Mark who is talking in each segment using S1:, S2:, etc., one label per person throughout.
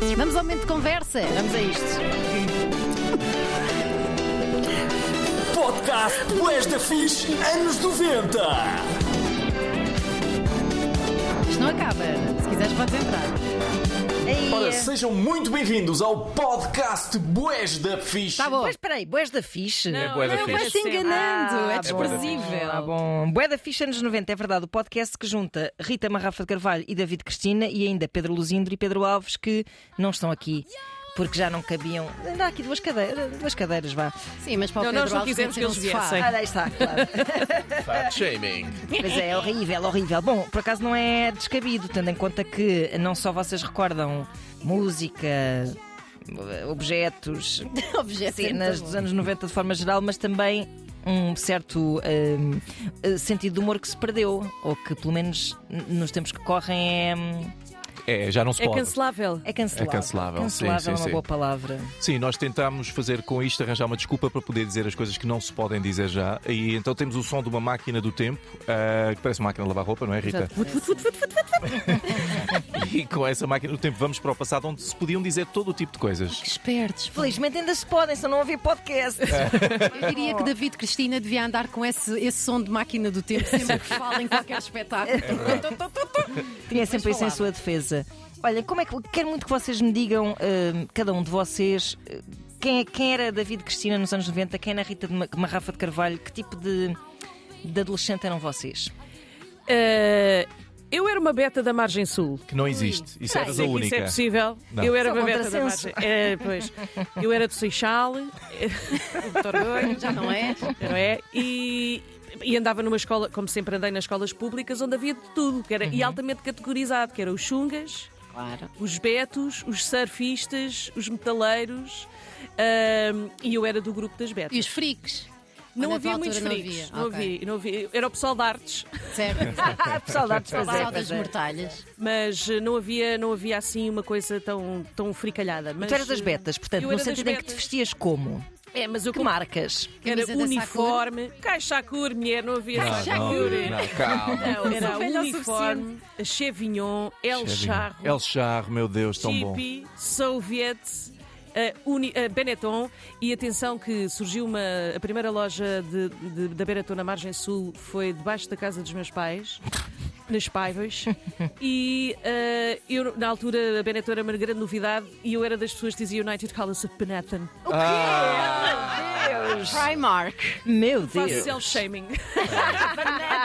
S1: manhã. Vamos ao momento de conversa. Vamos a isto.
S2: Podcast Bués da Fixe, anos 90.
S1: Isto não acaba. Se quiseres, podes entrar.
S2: Ora,
S3: é.
S2: sejam muito bem-vindos ao podcast Bués da Fixe.
S1: Tá bom.
S3: Mas espera aí, Boés da Fiche?
S4: É bué da
S3: não,
S4: fixe.
S3: vai-se enganando,
S1: Ah,
S3: é
S1: bom.
S3: desprezível. Ah, bom. Boé da Fiche anos 90, é verdade, o podcast que junta Rita Marrafa de Carvalho e David Cristina e ainda Pedro Luzindo e Pedro Alves que não estão aqui. Porque já não cabiam. Dá aqui duas cadeiras, duas cadeiras, vá.
S1: Sim, mas para o
S4: Não,
S1: Pedro
S4: nós não
S1: Alves
S4: quisemos
S1: deve ser
S4: que
S1: um
S4: eles
S1: sofá.
S4: viessem.
S3: Ah, daí está, claro.
S5: Fat shaming.
S3: Pois é, horrível, horrível. Bom, por acaso não é descabido, tendo em conta que não só vocês recordam música, objetos,
S1: Objeto
S3: cenas dos anos 90 de forma geral, mas também um certo hum, eh, sentido de humor que se perdeu, ou que pelo menos n- nos tempos que correm é, hum,
S5: É, já não se
S4: É
S5: pode.
S4: cancelável.
S3: é cancelável.
S5: É cancelável, sim,
S3: Cancelável
S5: sim,
S3: é uma
S5: sim.
S3: boa palavra.
S5: Sim, nós tentámos fazer com isto arranjar uma desculpa para poder dizer as coisas que não se podem dizer já. E então temos o som de uma máquina do tempo, ah, que parece uma máquina de lavar roupa, não é, Rita? E com essa máquina do tempo vamos para o passado onde se podiam dizer todo o tipo de coisas.
S1: Que espertos.
S3: Felizmente ainda se podem, se não ouvir podcast.
S5: É.
S1: Eu diria que David Cristina devia andar com esse, esse som de máquina do tempo sempre que fala em qualquer
S4: É
S1: espetáculo.
S3: Tinha sempre
S1: Mas
S3: isso em sua defesa. Olha, como é que quero muito que vocês me digam, hum, cada um de vocês, hum, quem, é- quem era David Cristina nos anos 90, quem era Rita de Ma- Marrafa de Carvalho, que tipo de, de adolescente eram vocês?
S4: Ah, eu era uma beta da margem sul.
S5: Que não existe. Isso eras
S4: Sei
S5: a
S4: que Isso é
S5: única.
S4: possível.
S5: Não.
S4: Eu era
S3: Só
S4: uma beta da
S3: contrassenso.
S4: margem. É, pois. Eu era do Seixal, do Torgões,
S1: Já não é?
S4: não é? E, e andava numa escola, como sempre andei nas escolas públicas, onde havia de tudo, que era, e
S5: Uhum.
S4: altamente categorizado, que era os chungas,
S1: Claro.
S4: os betos, os surfistas, os metaleiros. ah, e eu era do grupo das betas.
S1: E os freaks?
S4: Não
S1: Ou na tua
S4: havia muitos
S1: altura
S4: fricos.
S1: Não
S4: Não
S1: havia.
S4: havia, é, não havia. Era o pessoal de artes,
S1: Ok, Certo.
S3: Ah, pessoal, dá-te
S1: O
S3: fazer.
S1: pessoal das
S4: é.
S1: mortalhas.
S4: mas eh, não havia, não havia assim uma coisa tão, tão fricalhada. Mas,
S3: Tu eras das
S4: eh,
S3: betas, portanto,
S4: eu
S3: no
S4: era das
S3: sentido em que te
S4: betas.
S3: vestias como?
S4: É, mas eu
S3: Que marcas?
S4: era
S1: Camisa da
S4: uniforme. Caixa a cor, mulher, não havia
S5: Não,
S4: caixa a
S5: não,
S4: cor.
S5: não, calma.
S4: Não, era
S1: Sou velha o
S4: uniforme, Chevignon, El Charro,
S5: El É um Charro, meu Deus, tão bom.
S4: Jeepy, Soviet, eh, Uni- eh, Benetton. E atenção que surgiu uma... A primeira loja de- de- da Benetton na margem sul foi debaixo da casa dos meus pais. Nas Paivas e eh, eu, na altura a Benetton era uma grande novidade e eu era das pessoas que dizia United Colors of Benetton.
S1: Primark.
S3: Meu
S4: Faço
S3: Deus!
S4: self-shaming.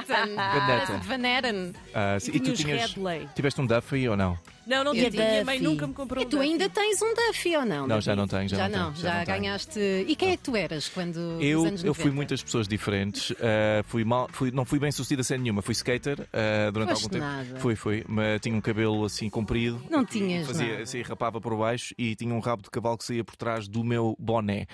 S5: Vanetta.
S1: Van Eden.
S5: Ah, sim, e tu
S4: Tinha os
S5: tinhas.
S4: Redley.
S5: Tiveste um Duffy ou não?
S4: Não, não
S1: E a
S4: tive. Minha mãe
S1: Duffy?
S4: nunca me comprou
S1: E tu ainda tens um Duffy ou não?
S5: Não, já
S1: David?
S5: não tenho, já não
S1: não.
S5: tenho, já
S1: já
S5: não tenho.
S1: ganhaste. E quem é que tu eras quando. nos
S5: Eu,
S1: anos
S5: eu fui
S1: 90?
S5: muitas pessoas diferentes. ah, fui mal, fui- não fui bem sucedida sem nenhuma. Fui skater ah, durante
S1: Foste
S5: algum tempo.
S1: nada.
S5: Fui, fui. Mas tinha um cabelo assim comprido.
S1: Não
S5: E
S1: tinhas
S5: Fazia
S1: nada.
S5: assim, rapava por baixo e tinha um rabo de cavalo que saía por trás do meu boné.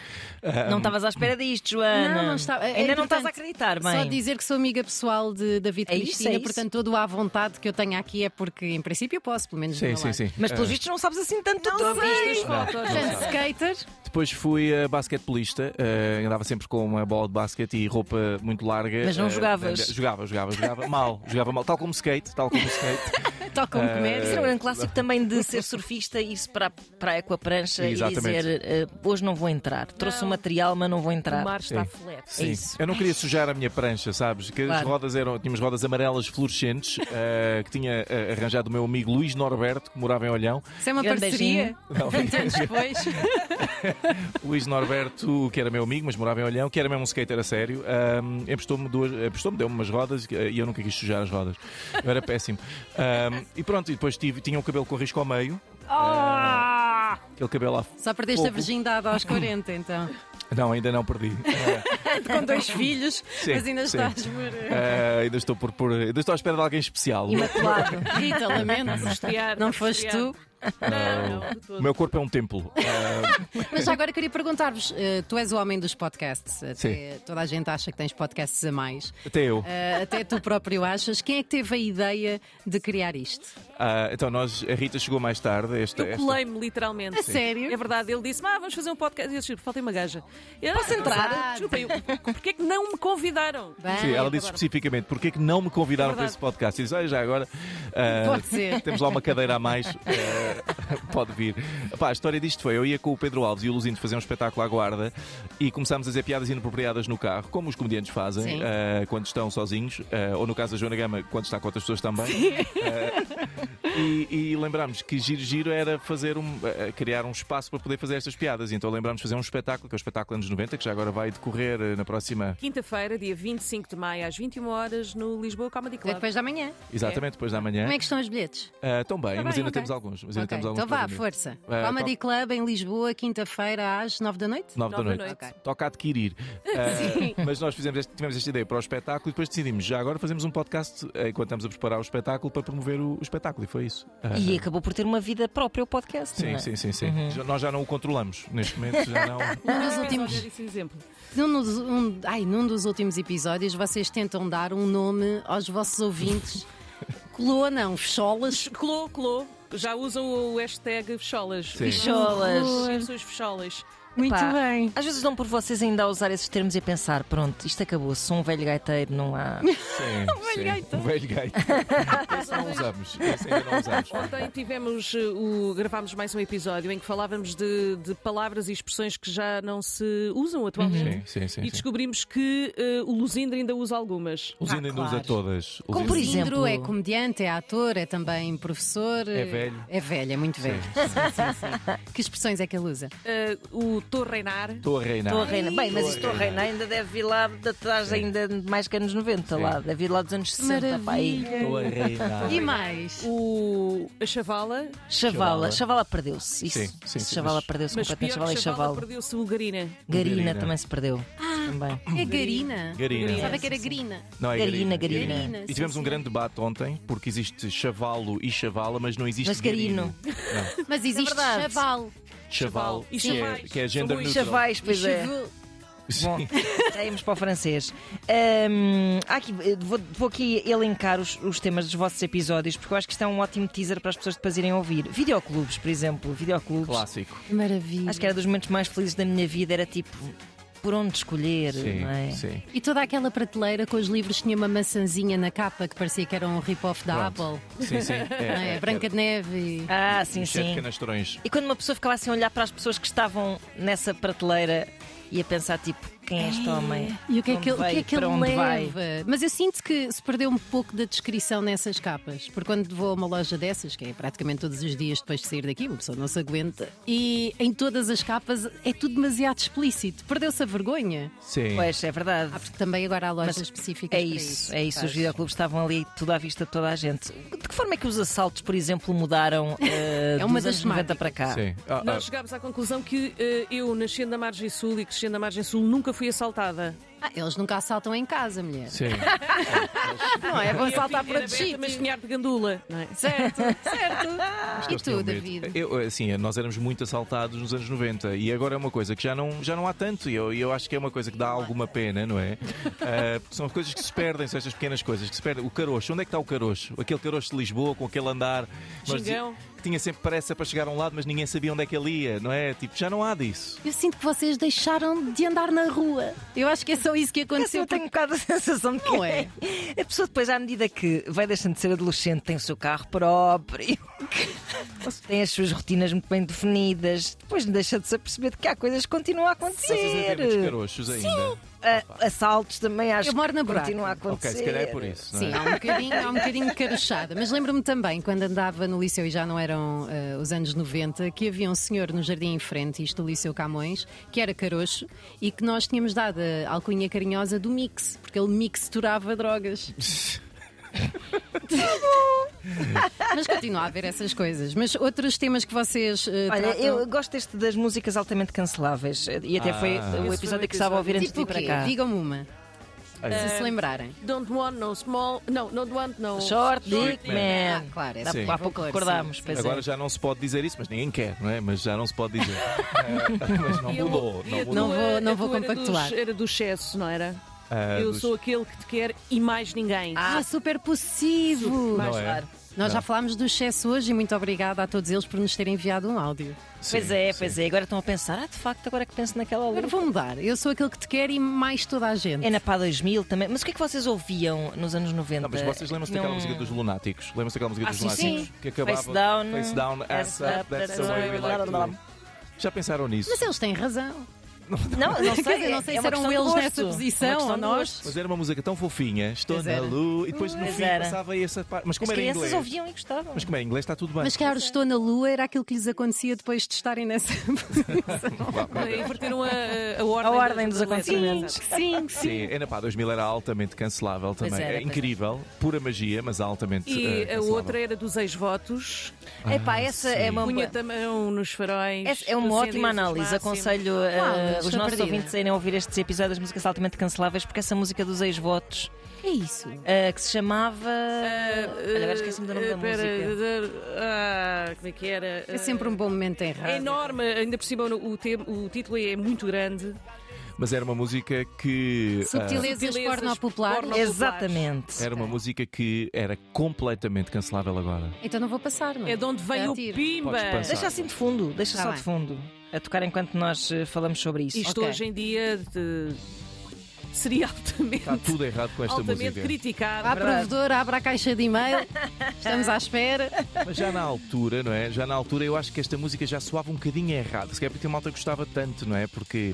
S3: Não estavas à espera disto, Joana.
S1: Não, não estava. É
S3: Ainda não
S1: importante
S3: estás a acreditar,
S1: Só
S3: mãe.
S1: dizer que sou amiga pessoal de David
S3: É isso,
S1: Cristina,
S3: é isso.
S1: portanto, todo o à vontade que eu tenho aqui é porque, em princípio, eu posso, pelo menos. do
S5: Sim,
S1: meu
S5: sim,
S1: lado.
S5: sim.
S3: Mas pelos
S5: Ah,
S3: vistos não sabes assim tanto da tua
S4: As
S3: vida.
S4: fotos.
S1: Portanto, skater,
S5: depois fui ah, basquetebolista. ah, andava sempre com uma bola de basquete e roupa muito larga.
S3: Mas não
S5: Ah,
S3: jogavas?
S5: jogava, jogava, jogava mal. Jogava mal. Tal como skate, tal como skate.
S1: toca um
S3: Isso
S1: comédia.
S3: era um grande clássico também de ser surfista e ir para a praia com a prancha e
S5: Exatamente.
S3: dizer eh, hoje não vou entrar. Trouxe o material, mas não vou entrar.
S4: O mar está
S5: Sim.
S4: flat.
S1: É
S5: Sim.
S3: isso.
S5: Eu não queria sujar a minha prancha, sabes? Que as
S3: Claro.
S5: rodas eram, tínhamos rodas amarelas fluorescentes eh, que tinha eh, arranjado o meu amigo Luís Norberto, que morava em Olhão.
S1: Isso é uma
S3: Grande
S1: parceria.
S3: beijinho.
S1: Tantos anos depois.
S5: Luís Norberto, que era meu amigo, mas morava em Olhão, que era mesmo um skater a sério, ahm, emprestou-me duas, emprestou-me, deu-me umas rodas eh, e eu nunca quis sujar as rodas. Eu era péssimo. Ahm, e pronto, e depois tive, tinha o cabelo com risco ao meio. Ah, aquele cabelo lá.
S1: Só perdeste a
S5: Pouco.
S1: virgindade aos 40, então.
S5: Não, ainda não perdi. Eh,
S1: Com dois filhos,
S5: Sim,
S1: mas ainda
S5: sim.
S1: estás. por-
S5: eh, ainda, estou por, por- ainda estou à espera de alguém especial.
S3: Imaculado.
S1: Rita, lamento.
S4: Estrear,
S1: Tá. Não foste
S4: estrear.
S1: tu.
S4: Não, não, de todo.
S5: O meu corpo é um templo.
S1: Mas já agora queria perguntar-vos: eh, tu és o homem dos podcasts. Até
S5: Sim.
S1: toda a gente acha que tens podcasts a mais.
S5: Até eu.
S1: Eh, até tu próprio achas. Quem é que teve a ideia de criar isto?
S5: Ah, então nós, a Rita chegou mais tarde. Esta,
S4: Eu
S5: esta-
S4: colei-me literalmente.
S1: A sério?
S4: É verdade, ele disse: Ah, vamos fazer um podcast. E eu disse: Falta uma gaja. Eu,
S3: Posso
S4: "Ah,
S3: entrar?"
S4: não, Desculpa, eu, porquê é que não me convidaram?
S1: é Bem,
S5: Sim, ela disse especificamente porque é que não me convidaram para
S4: Verdade.
S5: esse podcast. E disse, olha, já agora ah,
S1: Pode ser.
S5: temos lá uma cadeira a mais. Ah, Pode vir. Pá, a história disto foi: eu ia com o Pedro Alves e o Luzindo fazer um espetáculo à guarda e começámos a dizer piadas inapropriadas no carro, como os comediantes fazem
S1: Sim.
S5: eh, quando estão sozinhos, eh, ou no caso da Joana Gama, quando está com outras pessoas também. Eh, e, e lembrámos que Giro Giro era fazer um, eh, criar um espaço para poder fazer estas piadas. E Então lembrámos de fazer um espetáculo, que é o espetáculo anos 90, que já agora vai decorrer eh, na próxima.
S4: Quinta-feira, dia 25 de maio, às 21 horas no Lisboa Comedy Club.
S1: Depois da manhã.
S5: Exatamente, depois da manhã.
S1: Como é que estão os bilhetes?
S5: Eh, estão bem, mas
S4: bem,
S5: ainda
S4: ok.
S5: temos alguns. Mas ainda
S1: Ok,
S5: temos alguns
S1: Então vá,
S5: para vender.
S1: força.
S5: Eh,
S1: Comedy Club em Lisboa, quinta-feira às nove da noite?
S5: 9 da
S4: Nove
S5: noite.
S4: da noite.
S5: Toca adquirir. Ah, mas nós fizemos este- tivemos esta ideia para o espetáculo e depois decidimos, já agora fazemos um podcast eh, enquanto estamos a preparar o espetáculo para promover o, o espetáculo. E foi isso. Ah,
S3: E acabou por ter uma vida própria o podcast. não
S5: Sim,
S3: é?
S5: sim, sim, sim. Já- nós já não o controlamos neste momento, já não.
S1: Um dos
S4: Só
S1: últimos.
S4: dar esse exemplo.
S1: Num dos, um- ai, num dos últimos episódios, vocês tentam dar um nome aos vossos ouvintes. Colou ou não? Fecholas?
S4: Clô, clô. Já usam o hashtag fecholas.
S5: Sim.
S3: Fecholas.
S4: As pessoas fecholas.
S1: Muito
S3: Pá,
S1: bem.
S3: Às vezes dão por vocês ainda a usar esses termos e a pensar: pronto, isto acabou, sou um velho gaiteiro, não há.
S5: Sim, sim. Um velho gaito. Esse não usamos. Esse ainda não usamos.
S4: Ontem tivemos eh, o gravámos mais um episódio em que falávamos de, de palavras e expressões que já não se usam atualmente.
S5: Sim, sim, sim.
S4: E
S5: sim.
S4: descobrimos que eh, o Luzindra ainda usa algumas.
S5: O Zino ainda
S1: claro.
S5: usa todas. O
S3: Como
S5: Zino-
S3: por exemplo-
S1: Sindro é comediante, é ator, é também professor.
S5: É velho.
S1: É velho, é muito velho. Sim, sim, sim. Que expressões é que ele usa?
S4: Eh, o Torreinar.
S5: Estou a reinar.
S3: Estou a reinar. Bem, mas isto estou
S5: Estou a
S3: a reinar ainda deve vir lá de trás, ainda mais que anos 90, lá, deve vir lá dos anos 60. pá, aí.
S1: Maravilha.
S5: Estou a reinar.
S1: E mais?
S4: O, a Chavala.
S3: Chavala, Chavala perdeu-se. Isso.
S5: Sim, sim, sim,
S3: Chavala
S5: mas-
S3: perdeu-se
S4: Mas pior
S3: completamente. Chavala
S4: que
S3: e
S4: Chavala
S3: Chavala.
S4: perdeu-se o Garina.
S3: Garina,
S5: Garina.
S3: também se perdeu. também.
S1: É Garina.
S5: Garina.
S1: Sabe que era Grina?
S5: Não é
S3: Garina, Garina.
S1: Garina,
S5: E
S1: sim,
S5: tivemos um
S1: sim.
S5: grande debate ontem, porque existe chavalo e chavala, mas não existe
S3: Mas garino.
S1: Mas existe
S3: verdade.
S1: chaval.
S5: Chaval,
S4: E
S5: que é,
S4: chavais.
S5: que é gender
S4: São muitos
S5: neutral.
S3: Chavais, pois
S1: E
S3: é.
S1: chavu-
S3: Bom,
S5: Sim.
S3: já íamos para o francês. Ahm, há aqui, eh, vou, vou aqui elencar os, os temas dos vossos episódios, porque eu acho que isto é um ótimo teaser para as pessoas depois irem ouvir. Videoclubes, por exemplo. Videoclubes.
S5: Clássico.
S1: Que Maravilha.
S3: Acho que era dos momentos mais felizes da minha vida. Era tipo, por onde escolher,
S5: Sim,
S3: não é?
S5: sim.
S1: E toda aquela prateleira com os livros tinha uma maçãzinha na capa que parecia que era um rip-off da
S5: Pronto.
S1: Apple.
S5: Sim, sim.
S1: não é? Branca de Neve.
S3: Ah, sim,
S5: Sete
S3: sim.
S5: canastrões.
S3: E quando uma pessoa ficava assim a olhar para as pessoas que estavam nessa prateleira e a pensar, tipo, quem é este homem?
S1: E o que é
S3: Onde
S1: que ele, o que é
S3: veio?
S1: que ele
S3: Para onde
S1: leva?
S3: vai?
S1: Mas eu sinto que se perdeu um pouco da descrição nessas capas. Porque quando vou a uma loja dessas, que é praticamente todos os dias depois de sair daqui, uma pessoa não se aguenta, e em todas as capas é tudo demasiado explícito. Perdeu-se a vergonha.
S5: Sim.
S3: Pois, é verdade.
S1: Ah, porque também agora há lojas específicas
S3: É
S1: para
S3: isso, é isso.
S1: Pois.
S3: Os videoclubes estavam ali tudo à vista de toda a gente. De que forma é que os assaltos, por exemplo, mudaram eh,
S1: É uma
S3: dos
S1: das
S3: anos 90 para cá?
S5: Sim. Ah, ah,
S4: Nós chegámos à conclusão que eh, eu, nascendo na Margem Sul e crescendo na Margem Sul, nunca fui assaltada.
S1: Ah, eles nunca assaltam em casa, mulher.
S5: sim.
S1: Não é? Vão saltar para outros
S4: descer, mas
S1: sítios.
S4: tinha de gandula. Não é?
S1: Certo, certo. E
S5: Eles tinham
S1: tu,
S5: medo.
S1: David?
S5: Eu, assim, nós éramos muito assaltados nos anos 90 e agora é uma coisa que já não, já não há tanto e eu, e eu acho que é uma coisa que dá alguma pena, não é? Ah, porque são coisas que se perdem, são estas pequenas coisas que se perdem. O caroço, onde é que está o caroço? Aquele caroço de Lisboa com aquele andar nós dizi-
S4: Xingão.
S5: que tinha sempre pressa para chegar a um lado, mas ninguém sabia onde é que ele ia, não é? Tipo, já não há disso.
S1: Eu sinto que vocês deixaram de andar na rua. Eu acho que é só isso que
S3: Assim,
S1: aconteceu.
S3: eu tenho um bocado a sensação de que
S1: Não é?
S3: a pessoa depois, à medida que vai deixando de ser adolescente, tem o seu carro próprio, tem as suas rotinas muito bem definidas, depois deixa de se aperceber de que há coisas que continuam a
S5: Vocês ainda têm muitos
S3: acontecer.
S5: caroços ainda.
S3: Ah, assaltos também acho
S1: Eu moro na
S3: que continuam a
S1: buraca.
S3: acontecer.
S5: Ok, se calhar é por isso. Não é?
S1: Sim, há um bocadinho, há um bocadinho carochada. Mas lembro-me também, quando andava no liceu e já não eram eh, os anos 90, que havia um senhor no jardim em frente, isto do Liceu Camões, que era carocho e que nós tínhamos dado a alcunha carinhosa do mix, porque ele mixturava drogas. Mas continua a haver essas coisas. Mas outros temas que vocês. eh,
S3: Olha,
S1: tratam-
S3: eu gosto deste das músicas altamente canceláveis eh, e até
S5: Ah.
S3: foi
S5: Esse
S3: o
S4: foi o
S3: episódio que estava a ouvir antes de
S1: Tipo
S3: ir
S1: o
S3: para
S1: quê?
S3: cá.
S1: Digam-me uma.
S5: Olha.
S1: Se se lembrarem.
S4: Don't want no small. Não, don't want no.
S3: Short Dick
S1: Ah,
S3: Man.
S1: claro,
S3: Dá-
S1: essa
S5: Sim.
S1: eu
S3: É. Há
S1: vou
S3: pouco
S1: pôr,
S3: recordámos,
S1: sim, sim.
S3: pois
S5: Agora
S3: é.
S5: já não se pode dizer isso, mas ninguém quer, não é? Mas já não se pode dizer. Eh, mas não
S4: E a tua-
S5: mudou.
S4: e
S5: Não
S4: a tua-
S5: mudou.
S1: vou- não
S4: a
S1: vou
S4: tua era
S1: compactuar.
S4: dos- Era do excesso, não era?
S5: Ah,
S4: eu
S5: dos-
S4: sou aquele que te quer e mais ninguém.
S1: Ah, super possessivo!
S5: Não é?
S1: Nós já falámos do excesso hoje e muito obrigada a todos eles por nos terem enviado um áudio.
S3: Pois é, pois é. Agora estão a pensar, ah, de facto, agora que penso naquela
S1: Agora
S3: letra.
S1: vou mudar. Eu sou aquele que te quer e mais toda a gente.
S3: É na PA 2000 também. Mas o que é que vocês ouviam nos anos 90?
S5: Não, mas vocês lembram-se daquela música dos Lunáticos? Lembram-se daquela música
S3: Ah,
S5: dos
S3: sim,
S5: Lunáticos?
S3: sim.
S5: Que acabava.
S3: Face down,
S5: Face down, ass up, that's the way we like to do it. Já pensaram nisso?
S1: Mas eles têm razão.
S3: Não, não sei,
S1: Quer dizer, não sei
S3: é
S1: se
S3: uma
S1: eram
S3: questão de
S1: eles
S3: gosto.
S1: nessa
S3: Uma
S1: posição
S3: questão
S1: ou
S3: de
S1: nós.
S3: gosto.
S5: Mas era uma música tão fofinha, estou
S1: Pois
S5: na
S1: era.
S5: lua, e depois no
S3: Pois
S5: fim
S3: era.
S5: passava aí essa parte. Mas como
S3: As
S5: era em
S3: crianças
S5: inglês?
S3: ouviam e gostavam.
S5: Mas como é em inglês está tudo bem.
S1: Mas claro, estou na lua, era aquilo que lhes acontecia depois de estarem nessa.
S4: Inverteram Ah, a, a ordem,
S3: A ordem dos
S4: da- da letra.
S3: acontecimentos.
S1: sim, sim.
S5: Sim, ainda pá, 2000 era altamente cancelável
S3: Pois
S5: também.
S3: era,
S5: é
S3: pois
S5: incrível, pura magia, mas altamente. eh,
S4: E a
S5: cancelável.
S4: outra era dos ex-votos.
S5: ah,
S3: Epá, essa é uma.
S4: Punha também um nos faróis. assim,
S3: Essa é uma
S4: acendia-se
S3: ótima
S4: os
S3: análise.
S4: máximos.
S3: Aconselho eh,
S1: Ah,
S3: os
S1: estou
S3: nossos
S1: perdida.
S3: ouvintes a irem ouvir estes episódios das músicas altamente canceláveis, porque essa música dos ex-votos,
S1: É isso.
S3: eh, que se chamava.
S1: Ah,
S3: Olha, agora esqueci-me do nome da
S4: Ah, pera,
S3: música.
S4: ah, como é que era?
S1: É sempre um bom momento em
S4: É
S1: rádio.
S4: enorme, ainda por cima o, o tema- o título é muito grande.
S5: Mas era uma música que. ah,
S1: Subtilezas
S4: Sutilezas,
S1: porno popular.
S4: porno-
S3: Exatamente.
S5: era uma música que era completamente cancelável agora.
S1: Então não vou passar, não
S4: É de onde vem
S1: Já
S4: o
S1: tiro.
S4: Pimba.
S5: Podes passar.
S3: Deixa assim de fundo, deixa
S1: Tá
S3: só
S1: bem.
S3: de fundo. A tocar enquanto nós eh, falamos sobre isso.
S4: Isto
S1: Ok.
S4: hoje em dia de- seria altamente,
S5: Está tudo errado com esta
S4: altamente
S5: música.
S4: criticado.
S1: Vá,
S3: Ah,
S1: provedor, abra a caixa de e-mail. Estamos à espera.
S5: Mas já na altura, não é? Já na altura eu acho que esta música já soava um bocadinho errado. Se calhar porque a malta gostava tanto, não é? Porque.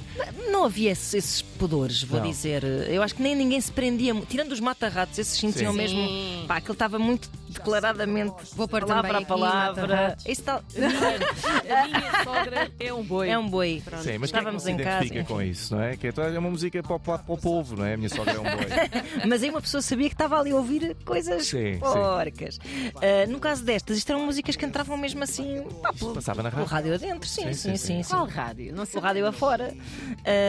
S3: Não havia esses, esses pudores, vou
S5: Não.
S3: dizer. Eu acho que nem ninguém se prendia. mu- Tirando os mata-ratos, esses sim
S5: Sim.
S3: tinham mesmo.
S1: Sim.
S3: Pá, aquilo estava muito declaradamente.
S1: Vou pôr
S3: palavra
S1: também
S3: a palavra.
S1: aqui,
S3: Isso tá-
S4: A minha sogra é um boi.
S3: É um boi.
S5: Sim, mas quem é que não
S3: Estávamos
S5: se
S3: em casa,
S5: identifica
S3: enfim.
S5: com isso, não é? Que é, toda- é uma música para, o- para, para o povo, não é? A minha sogra é um boi.
S3: Mas aí uma pessoa sabia que estava ali a ouvir coisas
S5: Sim, sim.
S3: porcas. Ah, no caso destas, isto eram músicas que entravam mesmo assim. Pá,
S5: Isto
S3: pelo,
S5: passava na
S3: pelo
S5: rádio.
S3: rádio adentro, sim,
S5: Sim,
S3: sim,
S5: sim,
S3: sim.
S5: sim.
S3: sim.
S1: Qual rádio? Não
S3: O
S1: sei.
S3: rádio afora.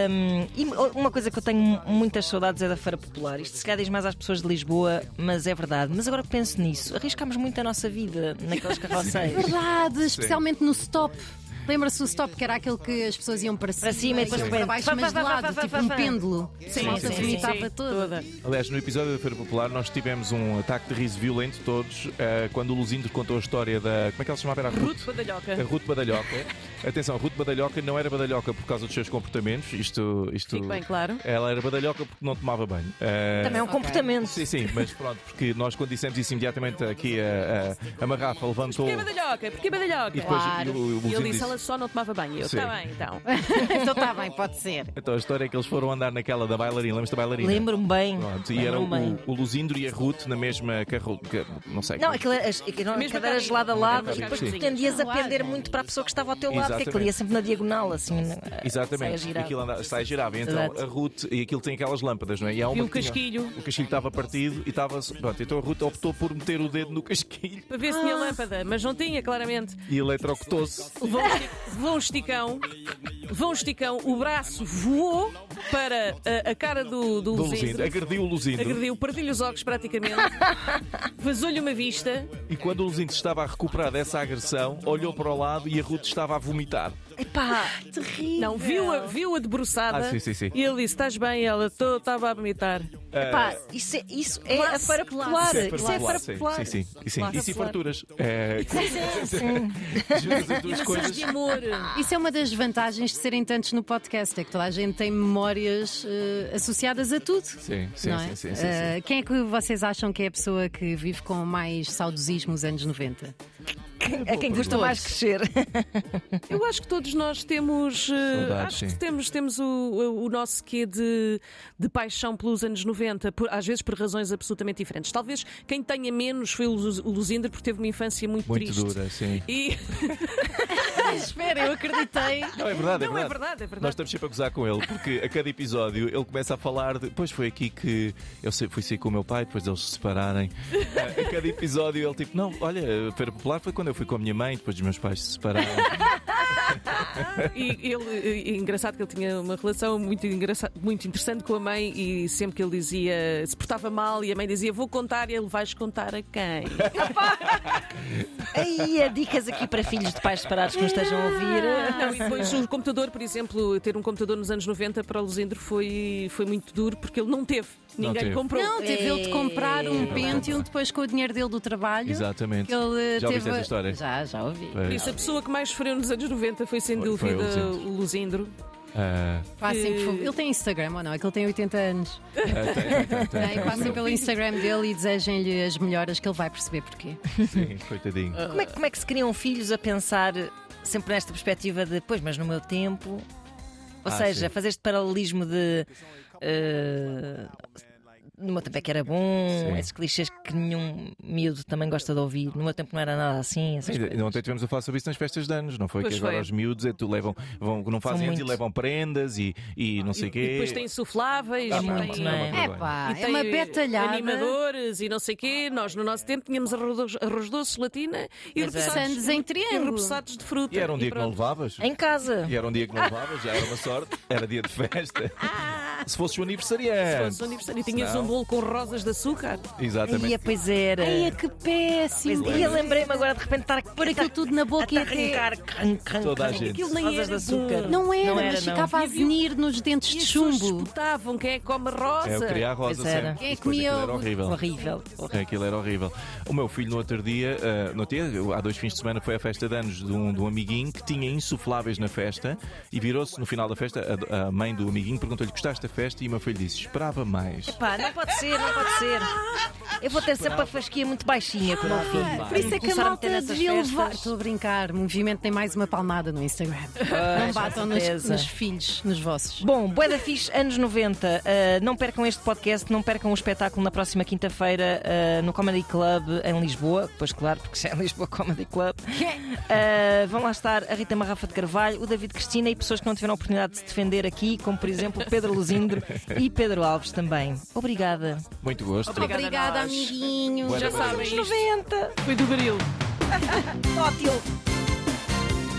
S3: Um, e uma coisa que eu tenho muitas saudades é da Feira Popular. Isto se calhar diz mais às pessoas de Lisboa, mas é verdade. Mas agora que penso nisso, arriscámos muito a nossa vida naqueles carroceiros.
S1: Verdade, especialmente no stop. Lembra-se o stop, que era aquele que as pessoas iam para cima,
S3: Para cima e depois
S1: iam
S3: de
S1: para
S3: repente,
S1: baixo, mas de
S3: vá, vá, vá,
S1: lado,
S3: vá,
S1: tipo
S3: vá,
S1: um
S3: vá.
S1: pêndulo.
S4: Sim,
S1: a malta
S3: sim, sim,
S1: vomitava
S4: sim.
S1: toda.
S5: Aliás, no episódio da Feira Popular nós tivemos um ataque de riso violento todos eh, quando o Luzindo contou a história da. Como é que ela se chamava? Era a Ruth.
S4: Ruto Badalhoca.
S5: A Ruth Badalhoca. Atenção, a Ruth Badalhoca não era badalhoca por causa dos seus comportamentos. Isto. isto...
S4: Fique bem claro.
S5: Ela era badalhoca porque não tomava banho. Eh,
S3: Também é um comportamento.
S5: Sim, sim, mas pronto, porque nós quando dissemos isso imediatamente aqui a, a, a Marrafa levantou.
S4: Porquê Badalhoca? Porquê Badalhoca?
S5: E depois
S1: Claro.
S5: o, o Luzindo
S4: E ele disse,
S5: disse-
S4: ela só não tomava banho. Eu,
S5: Sim.
S4: está bem,
S3: É
S4: então.
S1: então está bem, pode ser.
S5: Então a história é que eles foram andar naquela da bailarina, lembras da bailarina?
S3: Lembro-me bem.
S5: Pronto, e era o,
S3: Lembro-me bem.
S5: o Luzindro e a Ruth na mesma carro. ca- Não sei.
S3: Não, aquilo é era, as- eram
S4: Mesmo
S3: cadeiras
S4: carinho.
S3: lado a lado e
S5: Mesmo
S3: depois tu
S5: carinho.
S3: tendias a pender muito para a pessoa que estava ao teu lado, porque aquilo
S5: Exatamente.
S3: ia sempre na diagonal, assim. na- saia
S5: Exatamente,
S3: girada.
S5: aquilo anda, sai girava. Então
S3: Exato.
S5: a Ruth, e aquilo tem aquelas lâmpadas, não é? E há uma
S4: E um
S5: que tinha-
S4: casquilho.
S5: o casquilho estava partido e estava. Pronto, então a Ruth optou por meter o dedo no casquilho
S4: Para ver se tinha lâmpada, mas não tinha, claramente.
S5: e eletrocutou-se.
S4: Levou um esti- levou um esticão, levou um esticão, o braço voou para a, a cara do, do,
S5: Do
S4: Luzindo.
S5: Luzindro, agrediu o Luzindro.
S4: Agrediu, partiu-lhe os óculos praticamente, vazou-lhe uma vista.
S5: E quando o Luzindro estava a recuperar dessa agressão, olhou para o lado e a Ruth estava a vomitar.
S3: Epá, terrível.
S4: Não, viu-a viu debruçada.
S5: Ah, sim, sim, sim.
S4: E ele disse: Estás bem? Ela "Tô, estava a vomitar.
S3: Epá, isso é, isso é a
S1: Classe,
S3: Feira Popular.
S1: classe.
S3: Isso é a Feira
S5: Sim,
S3: Popular.
S5: Sim, sim. sim, sim.
S3: Claro.
S5: E sem farturas. É, juntas as duas coisas.
S4: De amor.
S1: Isso é uma das vantagens de serem tantos no podcast, é que toda a gente tem memórias eh, associadas a tudo.
S5: Sim, sim,
S1: não é?
S5: sim, sim, sim,
S1: Eh, Quem é que vocês acham que é a pessoa que vive com mais saudosismo nos anos 90?
S3: A É quem custa mais crescer.
S4: Eu acho que todos nós temos. eh,
S5: Saudades,
S4: acho que
S5: sim.
S4: temos, temos o, o- o nosso quê de, de paixão pelos anos 90, por- às vezes por razões absolutamente diferentes. Talvez quem tenha menos foi o Luz- o Luzinder, porque teve uma infância muito,
S5: Muito
S4: triste.
S5: dura, sim.
S4: E
S1: Espera, eu acreditei.
S5: Não, é verdade,
S4: Não, é verdade, é verdade.
S5: Nós estamos sempre a gozar com ele, porque a cada episódio ele começa a falar de. Pois foi aqui que eu sei- fui sair com o meu pai, depois deles se separarem. Ah, A cada episódio ele tipo, não, olha, a Feira Popular foi quando eu fui com a minha mãe, depois dos meus pais se separaram.
S4: E ele, e engraçado que ele tinha uma relação muito, engraça- muito interessante com a mãe e sempre que ele dizia, se portava mal e a mãe dizia, vou contar, e ele vais contar a quem?
S3: Aí há dicas aqui para filhos de pais separados que nos estejam a ouvir.
S4: Não, e depois o computador, por exemplo, ter um computador nos anos 90 para o Luzindro foi, foi muito duro porque ele não teve.
S5: Não
S4: Ninguém
S5: teve.
S4: comprou.
S1: Não, teve ele de comprar um
S5: Ei.
S1: Pentium depois com o dinheiro dele do trabalho.
S5: Exatamente.
S1: que Ele eh,
S5: Já
S1: teve...
S5: ouviste essa história? É.
S1: Já, já ouvi.
S4: Por isso, a pessoa que mais sofreu nos anos 90 foi, sem
S5: Foi- foi
S4: dúvida,
S5: o Luzindro.
S4: o Luzindro.
S5: Ah,
S1: Passem, por
S4: Que-
S1: favor. Ele tem Instagram ou não? É que ele tem 80 anos.
S5: ah, tem, tem, tem, tem,
S1: Tem,
S5: tem,
S1: passem
S5: tem.
S1: pelo Instagram dele e desejem-lhe as melhoras que ele vai perceber porquê.
S5: Sim, coitadinho.
S3: Como é, que- como é que se criam filhos a pensar sempre nesta perspectiva de, pois, mas no meu tempo? Ou
S5: Ah,
S3: seja,
S5: sim.
S3: fazer este paralelismo de. eh, no meu tempo é que era bom,
S5: Sim.
S3: esses clichês que nenhum miúdo também gosta de ouvir. No meu tempo não era nada assim. essas
S5: Ainda-
S3: coisas.
S5: ainda Ontem estivemos a falar sobre isso nas festas de anos, não foi?
S4: Pois
S5: que agora
S4: foi.
S5: os miúdos é, tu levam, vão, não fazem anos e
S3: muito.
S5: levam prendas e, e não sei o quê. Ah,
S4: E depois tem insufláveis,
S3: É
S4: tem-
S3: muito, não é?
S1: É
S5: Muito bem.
S1: pá,
S4: e
S1: é
S4: tem eh,
S1: uma betalhada.
S4: Animadores e não sei quê. Nós, no nosso tempo, tínhamos arroz, arroz doce, latina e
S3: Mas era.
S4: repassados,
S1: é. Sandes em
S4: e
S1: triângulo.
S4: repassados de fruta.
S5: E era um dia que não
S4: pronto.
S5: levavas?
S3: Em casa.
S5: E era um dia que não levavas, já era uma sorte, era dia de festa. Se fosse o
S4: Se
S5: aniversariante.
S4: fosse um aniversário. E tinhas
S5: Não.
S4: um bolo com rosas de açúcar.
S3: Aí,
S5: Exatamente.
S3: pois era.
S1: Ai, é que péssimo.
S5: é.
S3: E eu lembrei-me agora de repente de estar
S1: Pôr aquilo tudo na boca e até.
S3: arrancar can, can,
S5: Toda a
S3: can.
S5: gente.
S4: Aquilo nem
S1: é
S3: Rosas
S4: era
S3: de açúcar.
S4: bom.
S1: Não era,
S3: Não era,
S1: mas
S3: não.
S1: ficava a venir nos dentes
S4: E
S1: de
S4: as pessoas
S1: chumbo.
S4: disputavam quem é que come rosa.
S5: É, eu queria a rosa
S3: Pois era.
S5: sempre.
S1: Quem é que
S5: Depois
S1: me
S5: aquilo era
S1: ouve?
S5: horrível.
S3: Horrível.
S5: É, Aquilo era horrível. O meu filho, no outro dia, ah, no outro dia, eu- há dois fins de semana, foi à festa de anos de um, de um amiguinho que tinha insufláveis na festa e virou-se no final da festa. A, a mãe do amiguinho perguntou-lhe: Gostaste da festa? E o meu filho disse: Esperava mais.
S3: Pá, não pode ser, não pode ser. Eu vou ter sempre a fasquia muito baixinha com o meu filho.
S1: Por isso é que a
S3: Começar meter
S1: malta
S3: nessas
S1: devia
S3: festas.
S1: levar. Estou a brincar, movimento tem mais uma palmada no Instagram. Não batam nos,
S3: certeza.
S1: nos filhos, nos vossos.
S3: Bom, Bué da Fixe, anos 90. Uh, não percam este podcast, não percam o espetáculo na próxima quinta-feira uh, no Comedy Club em Lisboa. Pois claro, porque já é Lisboa Comedy Club. Uh, vão lá estar a Rita Marrafa de Carvalho, o David Cristina e pessoas que não tiveram a oportunidade de se defender aqui, como por exemplo Pedro Luzindro e Pedro Alves também. Obrigada.
S5: Muito gosto.
S4: Obrigada a
S1: Obrigada,
S4: nós.
S1: amiguinho.
S5: Bué da
S4: Já sabem
S3: Anos
S4: isto.
S3: 90.
S4: Foi do baril.
S3: Ótimo.